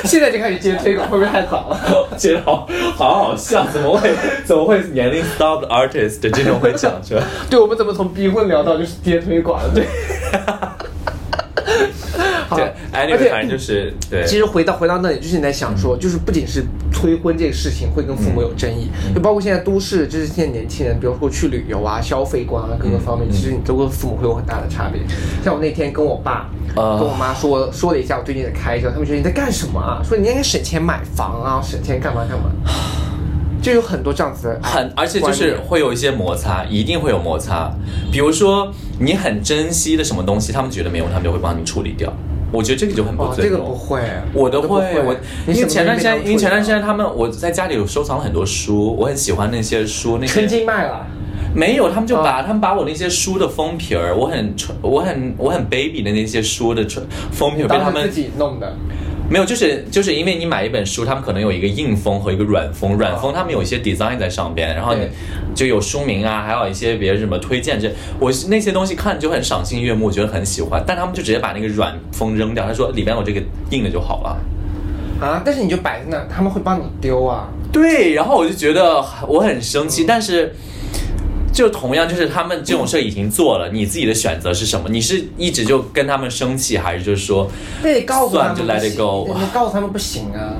S2: 现在就开始接推广，会不会太早了？
S1: 觉得好好好笑，怎么会怎么会年龄 stop 的 artist 这种会讲出来？
S2: 对，我们怎么从逼婚聊到就是接推广 了？对。 好
S1: 对，
S2: 而且
S1: ，anyway，反正就是对。嗯
S2: 其实回到回到那里，就是你在想说，就是不仅是催婚这个事情会跟父母有争议，就包括现在都市，就是现在年轻人，比如说去旅游啊、消费观啊各
S1: 嗯
S2: 个方面，其实你都跟父母会有很大的差别。像我那天跟我爸、
S1: 啊
S2: 跟我妈说说了一下我最近的开销，他们觉得你在干什么啊？说你应该省钱买房啊，省钱干嘛干嘛，就有很多这样子的
S1: 很，而且就是会有一些摩擦，一定会有摩擦。比如说你很珍惜的什么东西，他们觉得没有，他们就会帮你处理掉。我觉得这个就很不
S2: 哦，
S1: 尊
S2: 这个
S1: 重。
S2: 不会，
S1: 我都
S2: 都
S1: 会
S2: 不，会
S1: 我因
S2: 你
S1: 为
S2: 什么
S1: 前段时
S2: 都没
S1: 间，
S2: 当
S1: 因为前段
S2: 处
S1: 时
S2: 理
S1: 间他们我在家里有收藏了很多书，我很喜欢那些书，那
S2: 春哦
S1: 些
S2: 经卖了。
S1: 没有，他们就把、他们把我那些书的封皮儿，我很纯我很我很 baby 的那些书的纯封皮儿被他
S2: 当时
S1: 们
S2: 自己弄的，
S1: 没有，就是就是因为你买一本书，他们可能有一个硬封和一个软封，软封他们有一些 design 在上边，然后你
S2: 对
S1: 就有书名啊，还有一些别人什么推荐这，我那些东西看着就很赏心悦目，我觉得很喜欢，但他们就直接把那个软封扔掉，他说里边有这个硬的就好了。
S2: 啊，但是你就摆在那，他们会帮你丢啊。
S1: 对，然后我就觉得我很生气，但是就同样就是他们这种事已经做了，你自己的选择是什么？你是一直就跟他们生气，还是就是说
S2: 那得告诉他们
S1: 算了就 let it
S2: 不行
S1: go
S2: 你告诉他们不行啊，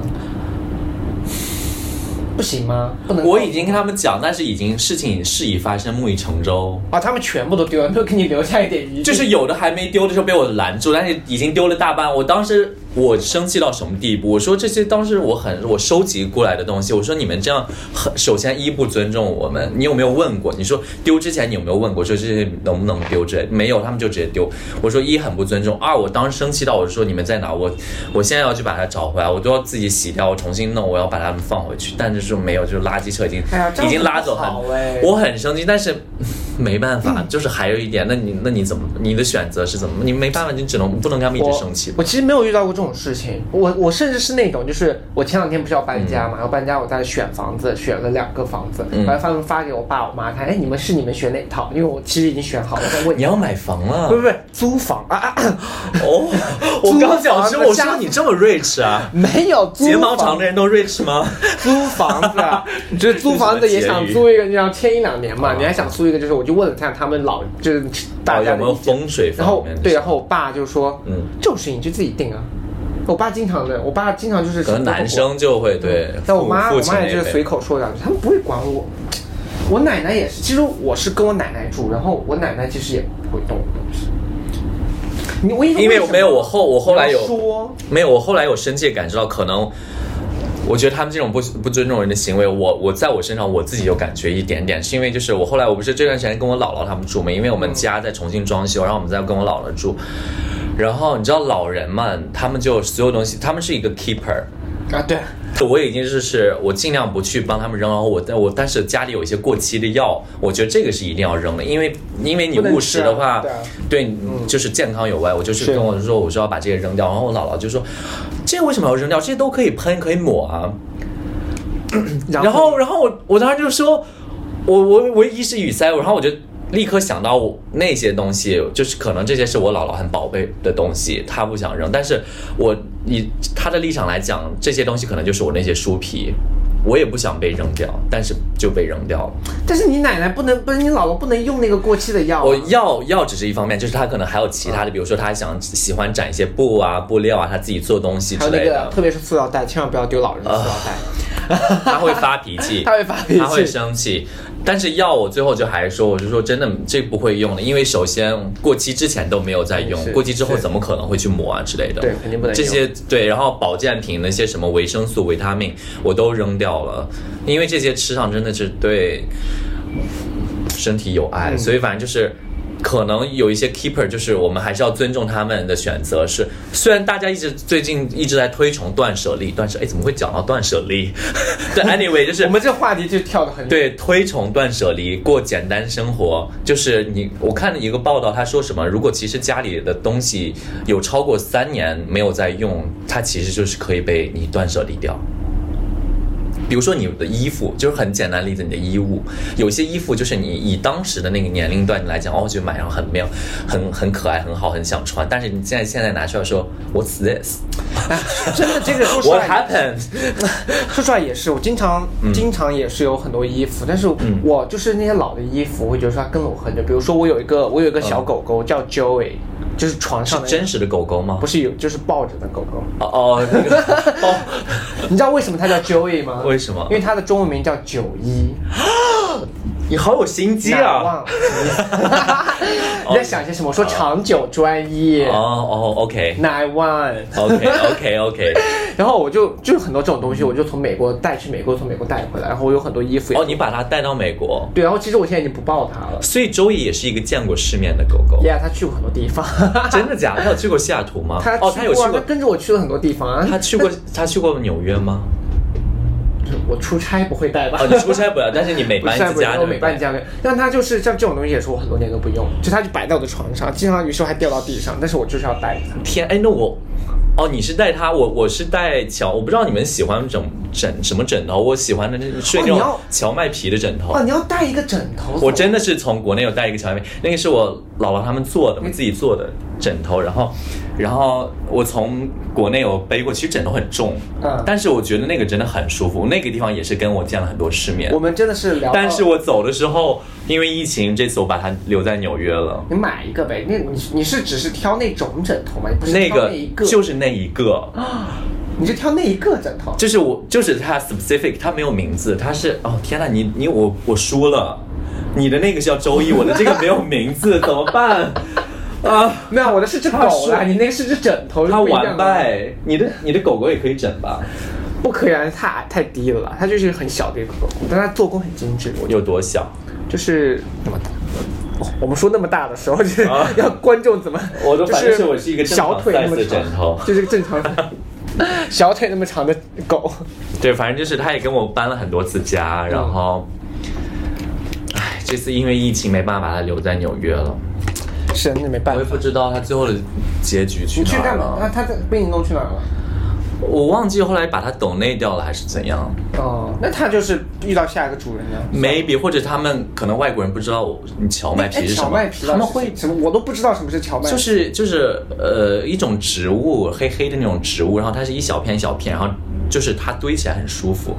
S2: 不行吗？不能。
S1: 我已经跟他们讲，但是已经事情事已发生，木已成舟。
S2: 啊，他们全部都丢了，没有给你留下一点余地。
S1: 就是有的还没丢的时候被我拦住，但是已经丢了大半。我当时我生气到什么地步？我说这些当时我很我收集过来的东西，我说你们这样很首先一不尊重我们，你有没有问过？你说丢之前你有没有问过说这些能不能丢之类？没有，他们就直接丢。我说一很不尊重，二我当时生气到我说你们在哪？我我现在要去把它找回来，我都要自己洗掉，我重新弄，我要把它们放回去。但是说没有，就是垃圾车已经、
S2: 哎呀这
S1: 已
S2: 样
S1: 经
S2: 很不
S1: 拉走很
S2: 好哎
S1: 我很生气，但 是嗯没办法，就是还有一点，那你那你怎么，你的选择是怎么？你没办法，你只能不能跟他们一直生气
S2: 我。我其实没有遇到过这种事情，我我甚至是那种，就是我前两天不是要搬家嘛，要搬家我在选房子，选了两个房子，
S1: 嗯
S2: 然后他们发给我爸我妈看，哎，你们是你们选哪套？因为我其实已经选好了，在问
S1: 你。要买房啊了
S2: 不是不是租房啊啊，啊
S1: 哦！我刚想说，我说你这么 rich 啊？
S2: 没有租
S1: 睫毛
S2: 房
S1: 长的人都 rich 吗？
S2: 租房 子啊，就是租房子也想租一个，你要签一两年嘛，你还想租一个，就是我就问了看他们老就是大
S1: 哦
S2: 家
S1: 有
S2: 的
S1: 没有
S2: 意见
S1: 风水
S2: 然
S1: 方
S2: 后
S1: 面的？
S2: 对，然后我爸就说，
S1: 嗯
S2: 嗯，这种事情就自己定啊。我爸经常的，我爸经常就是
S1: 可能男生就会对。
S2: 但我妈
S1: 父
S2: 我
S1: 父亲
S2: 妈也就
S1: 那
S2: 是
S1: 一
S2: 随
S1: 辈
S2: 口说两句，他们不会管我。我奶奶也是，其实我是跟我奶奶住，然后我奶奶其实也不会动我东西。你我因
S1: 因为我没有我后我后来有
S2: 说，
S1: 没有，我后来有深切感受到，可能我觉得他们这种不不尊重人的行为，我我在我身上我自己有感觉一点点，是因为就是我后来我不是这段时间跟我姥姥他们住嘛，因为我们家在重新装修，然后我们在跟我姥姥住，然后你知道老人们他们就所有东西，他们是一个 keeper。
S2: 啊对，
S1: 我已经就是我尽量不去帮他们扔，然后我但我但是家里有一些过期的药，我觉得这个是一定要扔的，因为因为你
S2: 不能
S1: 误食的话，
S2: 吃啊
S1: 对，就是健康有害。我就是
S2: 是
S1: 跟我说，我说要把这个扔掉，然后我姥姥就说，这为什么要扔掉？这些都可以喷，可以抹啊。然后，然后我我当时就说，我我我一时语塞，然后我就立刻想到我那些东西，就是可能这些是我姥姥很宝贝的东西，她不想扔，但是我以她的立场来讲，这些东西可能就是我那些书皮，我也不想被扔掉，但是就被扔掉了。
S2: 但是你奶奶不能，不是你姥姥不能用那个过期的药、啊。
S1: 我药药只是一方面，就是她可能还有其
S2: 哦
S1: 他的，比如说她想喜欢展一些布啊、布料啊，她自己做东西之
S2: 还有那
S1: 类
S2: 个
S1: 的，，啊
S2: 特别是塑料袋，千万不要丢老人的塑料袋。
S1: 她会发脾气，
S2: 他会发脾
S1: 他会
S2: 气，
S1: 生气，但是药我最后就还是说，我就说真的这不会用的，因为首先过期之前都没有在用
S2: 是，
S1: 过期之后
S2: 是
S1: 怎么可能会去抹啊之类的？
S2: 对肯定不能
S1: 这
S2: 用
S1: 些对，然后保健品那些什么维生素、维他命我都扔掉了，因为这些吃上真的是对身体有
S2: 嗯
S1: 害，所以反正就是。可能有一些 keeper，就是我们还是要尊重他们的选择。是，虽然大家一直最近一直在推崇断舍离，断舍，哎，怎么会讲到断舍离？ 对，anyway，就是
S2: 我们这话题就跳得很远。
S1: 对，推崇断舍离，过简单生活，就是你我看了一个报道，他说什么？如果其实家里的东西有超过三年没有在用，它其实就是可以被你断舍离掉。比如说你的衣服，就是很简单的例子，你的衣物，有些衣服就是你以当时的那个年龄段来讲，哦，我觉得买上很没有，很很可爱，很好，很想穿。但是你现在现在拿出来说，What's this？What
S2: 真的这个说出来
S1: happened？
S2: 说出来也是，我经常、
S1: 嗯
S2: 经常也是有很多衣服，但是我就是那些老的衣服，我觉得说它跟了我很久。比如说我有一个我有一个小狗狗、叫 Joey，就是床
S1: 嗯是
S2: 上的
S1: 真实的狗狗吗？
S2: 不是有就是抱着的狗狗。
S1: 哦哦，那个哦，
S2: 你知道为什么它叫 Joey 吗？
S1: 为什么
S2: 因为它的中文名叫九一。
S1: 你好有心机
S2: 难
S1: 啊！
S2: 忘。 你在想些什么？我说长久专一，
S1: 哦哦，OK
S2: 难忘。
S1: OK OK OK。
S2: 然后我就就是很多这种东西，我就从美国带去美国，从美国带回来。然后我有很多衣服也
S1: 哦，你把它带到美国，
S2: 对，然后其实我现在已经不抱它了。
S1: 所以周易也是一个见过世面的狗狗。
S2: Yeah，他去过很多 地方。
S1: 真的假的？他有去过西雅图吗？
S2: 他
S1: 哦，他有去
S2: 啊
S1: 过
S2: 他，跟着我去了很多地方啊。
S1: 他去过，他去过纽约吗？
S2: 我出差不会带吧？
S1: 哦，你出差不了，但是你每
S2: 不
S1: 搬
S2: 是
S1: 一次
S2: 不是
S1: 家，
S2: 我
S1: 对
S2: 每
S1: 不
S2: 搬
S1: 对？
S2: 家对，但它就是像这种东西，也是我很多年都不用，就它就摆在我的床上，经常有时候还掉到地上，但是我就是要带它。
S1: 天，哎，那我，哦，你是带它，我我是带乔，我不知道你们喜欢枕枕什么枕头，我喜欢的那睡那
S2: 哦你
S1: 种
S2: 要哦
S1: 荞麦皮的枕头
S2: 哇，。你要带一个枕头？
S1: 哦我真的是从国内有带一个荞麦面，那个是我姥姥他们做
S2: 嗯
S1: 的，我自己做的枕头，然后，然后我从国内有背过去，其实枕头很重，
S2: 嗯
S1: 但是我觉得那个真的很舒服，那个地方也是跟我见了很多世面
S2: 我，们真的是聊到，
S1: 但是我走的时候，因为疫情，这次我把它留在纽约了，
S2: 你买一个呗，那你你是只是挑那种枕头吗？你不是
S1: 那
S2: 挑
S1: 个
S2: 那一个，
S1: 就是那一个，
S2: 你就挑那一个枕头。
S1: 就是我就是它 specific，它没有名字，它是哦天呐，你你我我输了，你的那个是叫周一，我的这个没有名 字，怎么办？啊。
S2: 没有，我的是只
S1: 它
S2: 狗啦，
S1: 是
S2: 你那个啊是只枕头，
S1: 它
S2: 是不一样啊
S1: 完
S2: 的
S1: 败，你的你的狗狗也可以整吧？
S2: 不可以啊，太太低了啦，它就是很小的一个狗狗，但它做工很精致，我就
S1: 有多小？
S2: 就是那么大。哦我们说那么大的 时候，就是
S1: 啊
S2: 要观众怎么，
S1: 我都
S2: 就
S1: 反正是我是一个正常
S2: 小腿那么
S1: size 的枕头
S2: 长，就是个正 常的小腿那么长的狗。
S1: 对，反正就是它也跟我搬了很多次家，然后，
S2: 嗯
S1: 唉，这次因为疫情没办法把它留在纽约了，
S2: 是，那没办
S1: 我
S2: 法
S1: 也。不知道它最后的结局去
S2: 你去
S1: 哪儿
S2: 干嘛？那
S1: 了。
S2: 它在被你弄去哪儿了？
S1: 我忘记后来把它抖内掉了还是怎样
S2: 哦，那它就是遇到下一个主人了。
S1: ，maybe 或者他们可能外国人不知道我荞麦
S2: 哎
S1: 皮是什
S2: 荞
S1: 么，
S2: 麦皮到
S1: 他
S2: 底
S1: 们
S2: 是
S1: 会
S2: 什么？我都不知道什么是荞麦皮。
S1: 就是就是呃一种植物，黑黑的那种植物，然后它是一小片一小片，然后就是它堆起来很舒服，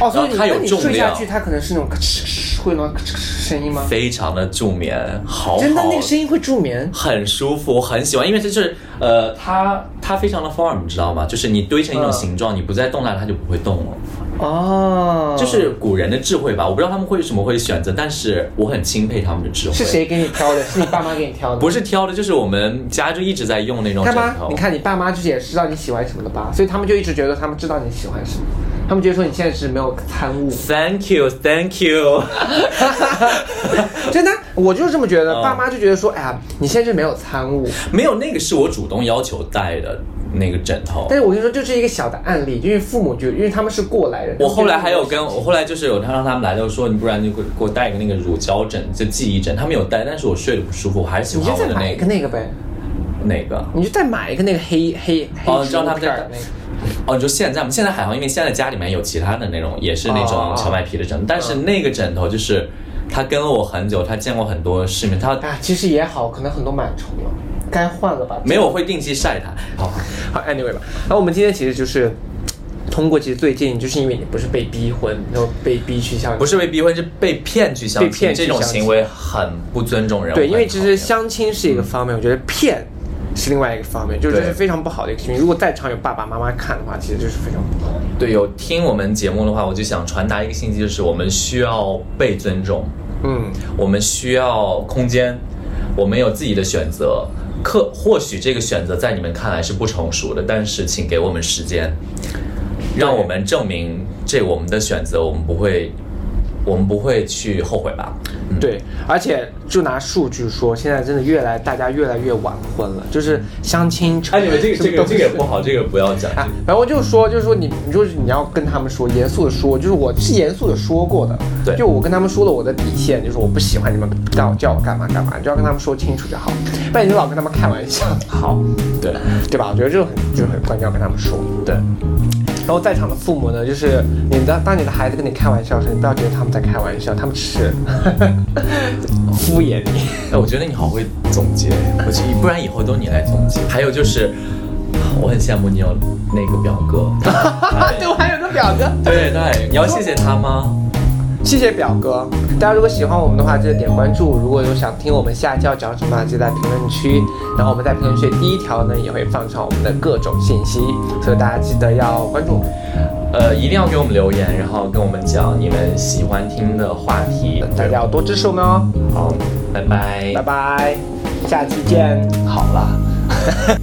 S2: 哦，所以
S1: 然后
S2: 你
S1: 它有
S2: 那你
S1: 重
S2: 睡下
S1: 量
S2: 去，它可能是那种咔哧哧会有那种咔哧咔哧声音吗？
S1: 非常的助眠，好好
S2: 真的那个声音会助眠。
S1: 很舒服，我很喜欢，因为这就是呃它它非常的 form，你知道吗？就是你堆成一种
S2: 嗯
S1: 形状，你不再动它，它就不会动了。
S2: 哦，
S1: 就是古人的智慧吧，我不知道他们为什么会选择，但是我很钦佩他们的智慧。
S2: 是？谁给你挑的？是你爸妈给你挑 的？
S1: 不
S2: 是，
S1: 是挑的，就是我们家就一直在用那种枕
S2: 看吧，
S1: 头。
S2: 你看你爸妈就是也知道你喜欢什么的吧，所以他们就一直觉得他们知道你喜欢什么，他们觉得说你现在是没有参悟。
S1: ，Thank you，Thank you。
S2: 真的，我就是这么觉得，
S1: 嗯
S2: 爸妈就觉得说，哎呀，你现在是没有参悟。
S1: 没有，那个是我主动要求带的那个枕头。
S2: 但是我跟你说，这是一个小的案例，因为父母就因为他们是过来人。
S1: 我后来还有
S2: 嗯
S1: 跟我后来就是有他让他们来的时候说，你不然就给我带一个那个乳胶枕，就记忆枕。他们有带，但是我睡得不舒服，我还是喜
S2: 你
S1: 欢
S2: 就
S1: 我的
S2: 再买
S1: 那
S2: 一个
S1: 个
S2: 那个呗，
S1: 那个。
S2: 你就再买一个那个黑黑
S1: 哦，
S2: 黑
S1: 你知
S2: 植
S1: 道
S2: 物
S1: 他们
S2: 片
S1: 在
S2: 儿的那个。
S1: 哦，你说现在现在还好，因为现在家里面有其他的那种，也是那
S2: 哦嗯
S1: 种荞麦皮的枕头，但是那个枕头就是他跟了我很久，他见过很多世面，他
S2: 啊，其实也好，可能很多螨虫了，该换了吧。
S1: 没有我会定期晒它。好，
S2: 好，anyway 吧。然后我们今天其实就是通过，其实最近就是因为你不是被逼婚，然后被逼去相亲，
S1: 不是被逼婚，是被骗去相
S2: 被
S1: 亲，
S2: 骗去
S1: 这种
S2: 相亲
S1: 行为很不尊重人。
S2: 对，
S1: 我
S2: 因为
S1: 很
S2: 其
S1: 讨
S2: 实
S1: 厌
S2: 相亲是一个方面，我觉得骗是另外一个方面，就是这
S1: 对
S2: 是非常不好的一个行为。如果在场有爸爸妈妈看的话，其实这是非常不好的。
S1: 对，有听我们节目的话，我就想传达一个信息，就是我们需要被尊重，
S2: 嗯，
S1: 我们需要空间，我们有自己的选择。可或许这个选择在你们看来是不成熟的，但是请给我们时间，让我们证明这我们的选择，我们不会，我们不会去后悔吧。嗯
S2: 对，而且就拿数据说，现在真的越来大家越来越晚婚了，就是相亲
S1: 哎
S2: 成。什么都是
S1: 好，这个不要讲
S2: 啊，然后就说，就是说你，你就是你要跟他们说，严肃的说，就是我是严肃的说过的，
S1: 对
S2: 就我跟他们说了我的底线，就是我不喜欢你们叫叫我干嘛干嘛，就要跟他们说清楚就好，不然你老跟他们开玩笑，好，
S1: 对
S2: 对吧？我觉得这个很就是很关键，要跟他们说。
S1: 对，
S2: 然后在场的父母呢，就是你的当你的孩子跟你开玩笑的时，候，你不要觉得他们在开玩笑，他们只是 敷衍你。
S1: 哎，我觉得你好会总结，我觉得不然以后都你来总结。还有就是，我很羡慕你有那个表哥，
S2: 对，我还有个表哥，
S1: 对对，你要谢谢他吗？
S2: 谢谢表哥。大家如果喜欢我们的话，记得点关注。如果有想听我们下期要讲什么，记得在评论区。然后我们在评论区第一条呢，也会放上我们的各种信息，所以大家记得要关注我们。
S1: 呃，一定要给我们留言，然后跟我们讲你们喜欢听的话题。
S2: 大家要多支持我们哦。
S1: 好，拜拜
S2: 拜拜，下期见。
S1: 好啦。